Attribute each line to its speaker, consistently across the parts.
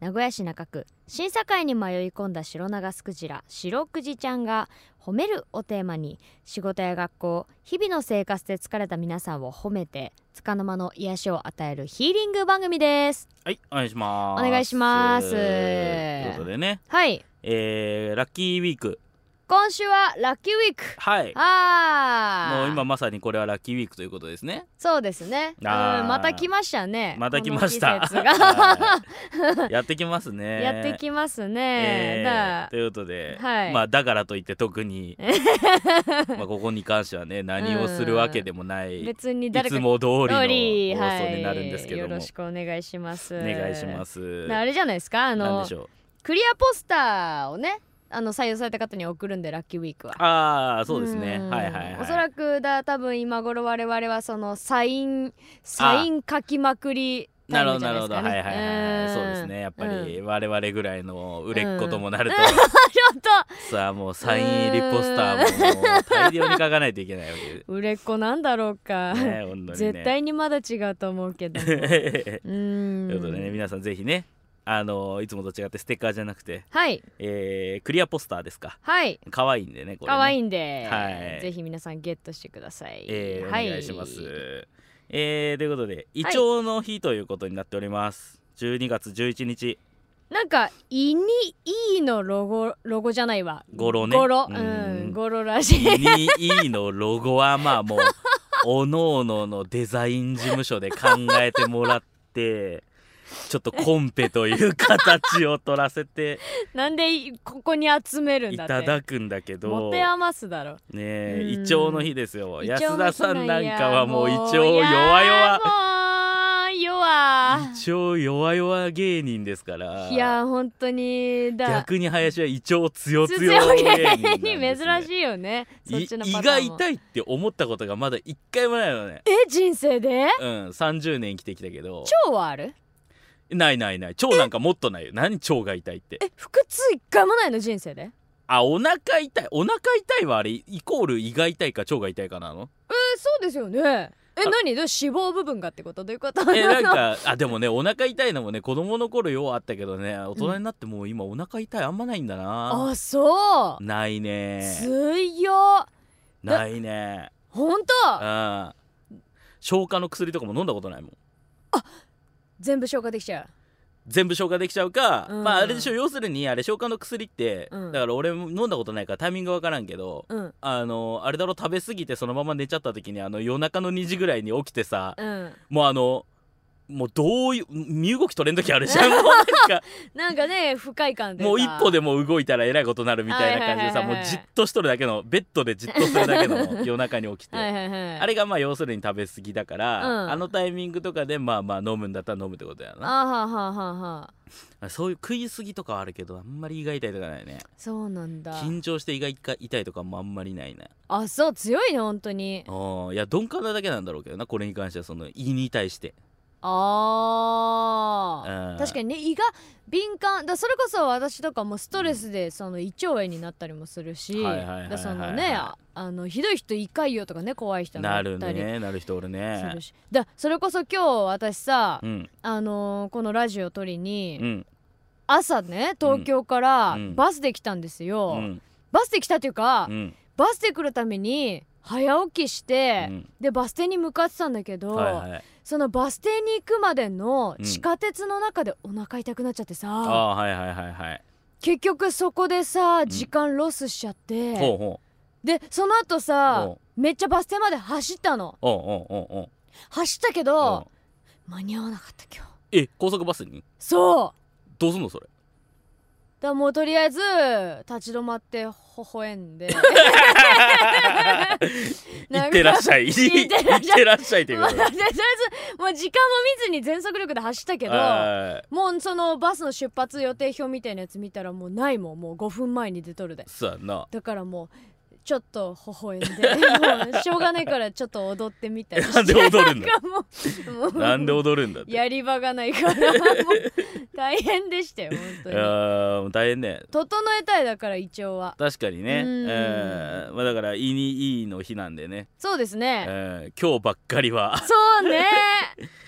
Speaker 1: 名古屋市中区審査会に迷い込んだ白長スクジラ白くじちゃんが褒めるをテーマに仕事や学校日々の生活で疲れた皆さんを褒めて束の間の癒しを与えるヒーリング番組です
Speaker 2: はいお願いします
Speaker 1: お願いします
Speaker 2: ということでね
Speaker 1: はい
Speaker 2: えー、ラッキーウィーク
Speaker 1: 今週はラッキーウィーク
Speaker 2: はい
Speaker 1: あー
Speaker 2: もう今まさにこれはラッキーウィークということですね
Speaker 1: そうですね。うん、
Speaker 2: あー
Speaker 1: また来ましたね。
Speaker 2: また来ました
Speaker 1: この季節が
Speaker 2: はいやってきますね
Speaker 1: やってきます
Speaker 2: え
Speaker 1: ね。
Speaker 2: ー
Speaker 1: だから
Speaker 2: ということで、
Speaker 1: はい
Speaker 2: まあだからといって 特にまあここに関してはね何をするわけでもないい
Speaker 1: 別に誰か
Speaker 2: つも通
Speaker 1: 通
Speaker 2: り
Speaker 1: り
Speaker 2: の放送になるんですけど
Speaker 1: はい、よ
Speaker 2: も、
Speaker 1: ろしくお願いします。
Speaker 2: お願いします
Speaker 1: だからあれじゃないですか。あ
Speaker 2: なん
Speaker 1: の
Speaker 2: でしょう
Speaker 1: クリアポスターをね、あの採用された方に送るんでラッキーウィークは。
Speaker 2: ああそうですね
Speaker 1: ん
Speaker 2: はいはいはい
Speaker 1: おそらくだ多分今頃我々はそのサインサイン書きまくりタ
Speaker 2: な
Speaker 1: イ
Speaker 2: るほ
Speaker 1: ム
Speaker 2: ど
Speaker 1: じ
Speaker 2: な
Speaker 1: ゃ
Speaker 2: る
Speaker 1: ないです
Speaker 2: ほど
Speaker 1: か
Speaker 2: は
Speaker 1: ね
Speaker 2: いはいはいそうですねやっぱり我々ぐらいの売れっ子ともなると、
Speaker 1: うんちょっ
Speaker 2: さあもうサイン入りポスターももう大量に書かないといけないわけで
Speaker 1: と売れっ子なんだろうか。
Speaker 2: すね本当にね
Speaker 1: 絶 対にまだ違うと思うけどう
Speaker 2: ということでね
Speaker 1: ーん
Speaker 2: 皆さんぜひねあのいつもと違ってステッカーじゃなくて、
Speaker 1: はい
Speaker 2: えークリアポスターですか
Speaker 1: はい
Speaker 2: 可愛いんでねこれね
Speaker 1: 可愛いんで、
Speaker 2: はい
Speaker 1: ぜひ皆さんゲットしてください、
Speaker 2: えー
Speaker 1: はい
Speaker 2: お願いしますえー、ということでイチョウの日ということになっております、12月11日
Speaker 1: なんか胃にいいのロゴロゴじゃないわ
Speaker 2: 語呂ね
Speaker 1: ゴロ
Speaker 2: う
Speaker 1: うんんゴロらしい
Speaker 2: にいいのロゴはまあもうおのおののデザイン事務所で考えてもらってちょっとコンペという形を取らせて
Speaker 1: なんでいここに集めるん
Speaker 2: い
Speaker 1: だって
Speaker 2: ただくんだけ
Speaker 1: 持
Speaker 2: ど
Speaker 1: て
Speaker 2: ね
Speaker 1: 余すだろ
Speaker 2: え
Speaker 1: うん
Speaker 2: イチョウの日ですよ
Speaker 1: イチョ
Speaker 2: 安
Speaker 1: ウの日な
Speaker 2: 田さ
Speaker 1: ん
Speaker 2: ん
Speaker 1: や
Speaker 2: なんかはもうイチョウ
Speaker 1: いやも
Speaker 2: 弱々
Speaker 1: う弱
Speaker 2: イチョウ弱々芸人ですから
Speaker 1: いや本当にだ
Speaker 2: 逆に林はイチョウ強強
Speaker 1: 強
Speaker 2: 芸人なんです
Speaker 1: に
Speaker 2: ね
Speaker 1: 珍しいよねそっ
Speaker 2: い
Speaker 1: ちの
Speaker 2: 胃
Speaker 1: パタ
Speaker 2: が
Speaker 1: ーンも
Speaker 2: 痛いって思ったことがまだ一回もないのね
Speaker 1: え人生で
Speaker 2: うん30年生きてきたけど
Speaker 1: 腸はある
Speaker 2: ないないない腸なんかもっとないよ何腸が痛いって
Speaker 1: え腹痛一回もないの人生で
Speaker 2: あお腹痛いお腹痛いはあれイコール胃が痛いか腸が痛いかな の
Speaker 1: えそうですよねえ
Speaker 2: あ
Speaker 1: 何どう脂肪部分がってことどういうこと
Speaker 2: えなんかあでもねお腹痛いのもね子供の頃ようあったけどね大人になってもう今お腹痛いあんまないんだな、
Speaker 1: あそ
Speaker 2: ないうね
Speaker 1: 強だ
Speaker 2: ないね
Speaker 1: 本
Speaker 2: う
Speaker 1: 当
Speaker 2: ん消化の薬とかも飲んだことないもん
Speaker 1: 全部消化できちゃ
Speaker 2: 全部消化できちゃうか、
Speaker 1: うん
Speaker 2: まああれでしょ要するにあれ消化の薬って、
Speaker 1: うん
Speaker 2: だから俺も飲んだことないからタイミングわからんけど
Speaker 1: ううん
Speaker 2: あのあれだろ食べ過ぎてそのまま寝ちゃった時にあの夜中の2時ぐらいに起きてさ、
Speaker 1: うん
Speaker 2: もうあのもうどういう身動き取れん時あ るじゃんもうなんか
Speaker 1: なんかね不快感で
Speaker 2: もう一歩
Speaker 1: で
Speaker 2: でも動いたらえらいことになるみたいな感じでさ
Speaker 1: はい
Speaker 2: も
Speaker 1: はいうはいはい
Speaker 2: じっとしとるだけのベッドでじっとするだ けの夜中に起きて、
Speaker 1: はいはいはい
Speaker 2: あれがまあ要するに食べ過ぎだから、
Speaker 1: うん
Speaker 2: あのタイミングとかでまあまあ飲むんだったら飲むってことや
Speaker 1: あ
Speaker 2: な
Speaker 1: はははは
Speaker 2: そういう食い過ぎとかはあるけどあんまり胃が痛いとかないね
Speaker 1: そうなんだ
Speaker 2: 緊張して胃が痛いとかもあんまりないね
Speaker 1: あそう強いね本当に
Speaker 2: おいや鈍感なだけなんだろうけどなこれに関してはその胃に対して
Speaker 1: あ
Speaker 2: 確
Speaker 1: ー確かにね胃が敏感だそれこそ私とかもストレスでその胃腸炎になったりもするし
Speaker 2: はいはいはいはいはい
Speaker 1: だそのねああのひどい人胃潰瘍とかね怖い人にな
Speaker 2: な
Speaker 1: っ
Speaker 2: る
Speaker 1: たり
Speaker 2: ねなる人お
Speaker 1: す
Speaker 2: るね
Speaker 1: るし、だそれこそ今日私さ、
Speaker 2: うん
Speaker 1: あのーこのラジオ撮りに、
Speaker 2: うん
Speaker 1: 朝ね東京から
Speaker 2: うん
Speaker 1: バスで来たんです
Speaker 2: う
Speaker 1: よ、
Speaker 2: ん
Speaker 1: バスで来たというか、
Speaker 2: うん
Speaker 1: バスで来るために早起きし
Speaker 2: う
Speaker 1: て、
Speaker 2: ん
Speaker 1: でバス停に向かってたんだけど、
Speaker 2: はいはい
Speaker 1: そのバス停に行くまでの
Speaker 2: うん
Speaker 1: 地下鉄の中でお腹痛くなっちゃって
Speaker 2: あ
Speaker 1: さ、
Speaker 2: あはいはいはいはい
Speaker 1: 結局そこでさ時間ロスしちゃって、
Speaker 2: ほうほう
Speaker 1: でその後さ
Speaker 2: ほ
Speaker 1: めっちゃバス停まで走ったの
Speaker 2: おうおうおうおう
Speaker 1: 走ったけ
Speaker 2: おう
Speaker 1: ど間に合わなかった今日
Speaker 2: え高速バスに
Speaker 1: そう
Speaker 2: どうすん のそれ
Speaker 1: だからもうとりあえず立ち止まって微笑ん で
Speaker 2: 行ってらっしゃい行
Speaker 1: 行っ
Speaker 2: っ
Speaker 1: てらっしゃい
Speaker 2: てらっしゃいという
Speaker 1: ま
Speaker 2: こ
Speaker 1: あ と
Speaker 2: とで
Speaker 1: りあえずもう時間も見ずに全速力で走ったけど
Speaker 2: あー
Speaker 1: もうそのバスの出発予定表みたいなやつ見たらもうないもんもう5分前に出とるで
Speaker 2: そうやんな
Speaker 1: だからもうちょっと微笑ん でもうしょうがないからちょっと踊ってみたりして
Speaker 2: なんで踊るんだ
Speaker 1: なんかもうもう
Speaker 2: なんで踊るんだって
Speaker 1: やり場がないからもう大変でしたよ本当に
Speaker 2: あー大変ね
Speaker 1: 整えたいだから胃腸は
Speaker 2: 確かにね、
Speaker 1: うん
Speaker 2: えーまあ、だから「いにいい」の日なんでね、
Speaker 1: そうですね、
Speaker 2: えー今日ばっかりは、
Speaker 1: そうね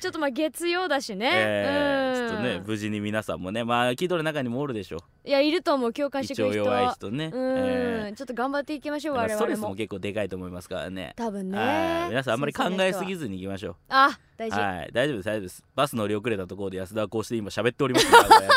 Speaker 1: ちょっとまあ月曜だしね、
Speaker 2: えー
Speaker 1: うん
Speaker 2: ちょっとね無事に皆さんもねまあ聞いとる中にもおるでしょ
Speaker 1: いやいると思う共感して
Speaker 2: 一
Speaker 1: くれる
Speaker 2: 応
Speaker 1: 人
Speaker 2: 弱い
Speaker 1: は
Speaker 2: 人ね、
Speaker 1: う
Speaker 2: え
Speaker 1: んちょっと頑張っていきましょ
Speaker 2: ー
Speaker 1: う
Speaker 2: まあ
Speaker 1: 我
Speaker 2: ストレ
Speaker 1: 々
Speaker 2: スも
Speaker 1: も
Speaker 2: 結構でかいと思いますからね
Speaker 1: 多分
Speaker 2: は
Speaker 1: ね
Speaker 2: い皆さんあんまり考えすぎ
Speaker 1: ず
Speaker 2: ずに行きましょ
Speaker 1: あ大
Speaker 2: う
Speaker 1: 事
Speaker 2: はい大丈夫です大丈夫ですバス乗り遅れたところで安田はこうして今喋っておりますから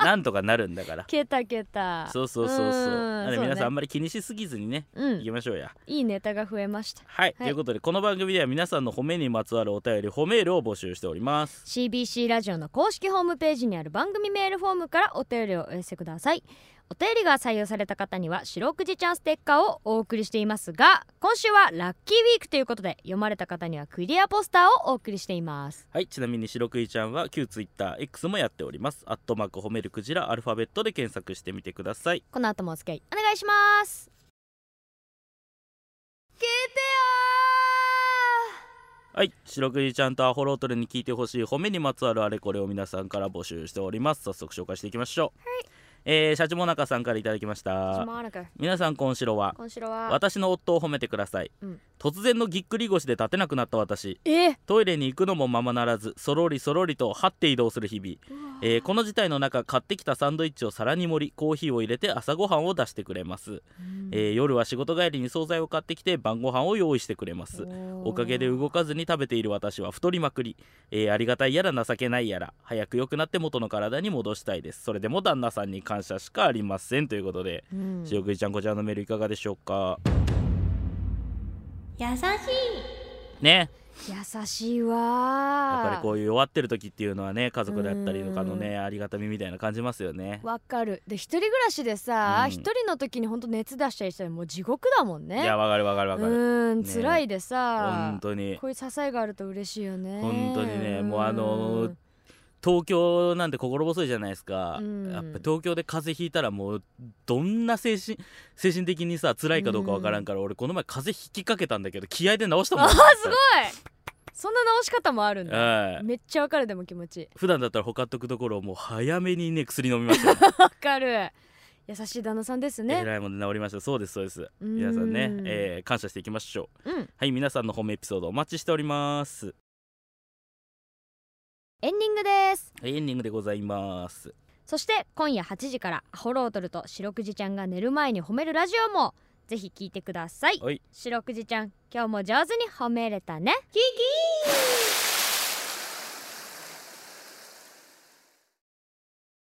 Speaker 2: なんとかなるんだから
Speaker 1: けたけた
Speaker 2: そうそうそうそう
Speaker 1: うん
Speaker 2: なんで
Speaker 1: そうね
Speaker 2: 皆さんあんまり気にしすぎずにね
Speaker 1: う
Speaker 2: 行
Speaker 1: ん
Speaker 2: きましょうや
Speaker 1: いいネタが増えました
Speaker 2: はい、ということでこの番組では皆さんの褒めにまつわるお便り褒めールを募集しております
Speaker 1: CBC ラジオの公式ホームページにある番組メールフォームからお便りをお寄せくださいお便りが採用された方には白くじちゃんステッカーをお送りしていますが今週はラッキーウィークということで読まれた方にはクリアポスターをお送りしています
Speaker 2: はいちなみに白クイちゃんは旧 TwitterX もやっておりますアットマーク褒めるクジラアルファベットで検索してみてください
Speaker 1: この後もお付き合いお願いします聞いてよ
Speaker 2: はい白クイちゃんとアホロートルに聞いてほしい褒めにまつわるあれこれを皆さんから募集しております早速紹介していきましょうえー、シャチモナカさんからいただきまし
Speaker 1: ー
Speaker 2: た
Speaker 1: しまらく
Speaker 2: 皆さんこんしろは
Speaker 1: 今週は
Speaker 2: 私の夫を褒めてください、
Speaker 1: うん
Speaker 2: 突然のぎっくり腰で立てなくなった私
Speaker 1: え
Speaker 2: トイレに行くのもままならずそろりそろりと這って移動する日々、えーこの事態の中買ってきたサンドイッチを皿に盛りコーヒーを入れて朝ごはんを出してくれます、えー夜は仕事帰りに惣菜を買ってきて晩ご飯を用意してくれますおかげで動かずに食べている私は太りまくり、えーありがたいやら情けないやら早く良くなって元の体に戻したいですそれでも旦那さんに感謝しかありませんということで、
Speaker 1: うん
Speaker 2: 塩食いちゃんこちらのメールいかがでしょうか
Speaker 3: 優しい
Speaker 2: ね
Speaker 1: 優しいわ
Speaker 2: や
Speaker 1: ー
Speaker 2: っぱりこういう弱ってる時っていうのはね家族だったりとかのねありがたみみたいな感じますよね
Speaker 1: わかるで一人暮らしでさ
Speaker 2: うん
Speaker 1: 一、人の時にほんと熱出したりしたらもう地獄だもん
Speaker 2: い
Speaker 1: ね
Speaker 2: やわかるわかるわ
Speaker 1: う
Speaker 2: かる
Speaker 1: ーん
Speaker 2: ね
Speaker 1: 辛いでさ
Speaker 2: 本、当に
Speaker 1: こういう支えがあると嬉しいよね
Speaker 2: 本当にねもうあのー
Speaker 1: ん
Speaker 2: 東京なんて心細いじゃないですか
Speaker 1: うん
Speaker 2: やっぱ東京で風邪ひいたらもうどんな精神精神的にさ辛いかどうかわからんから俺この前風邪ひきかけたんだけど気合で治したもん
Speaker 1: あーすごい
Speaker 2: い
Speaker 1: そんな直し方もあるんだめっちゃわかるでも気持ち
Speaker 2: 普段だったらほかっとくところをもう早めにね薬飲みましたよ
Speaker 1: わかる優しい旦那さんです
Speaker 2: え
Speaker 1: ね
Speaker 2: らいもんで治りましたそうですそうです
Speaker 1: うーん
Speaker 2: 皆さんね、えー感謝していきましょう
Speaker 1: うん
Speaker 2: はい皆さんの褒めエピソードお待ちしております
Speaker 1: エンディングです
Speaker 2: はいエンディングでございます
Speaker 1: そして今夜8時からアホロートルと白くじちゃんが寝る前に褒めるラジオもぜひ聞いてください
Speaker 2: はい
Speaker 1: 白くじちゃん今日も上手に褒めれたねキキ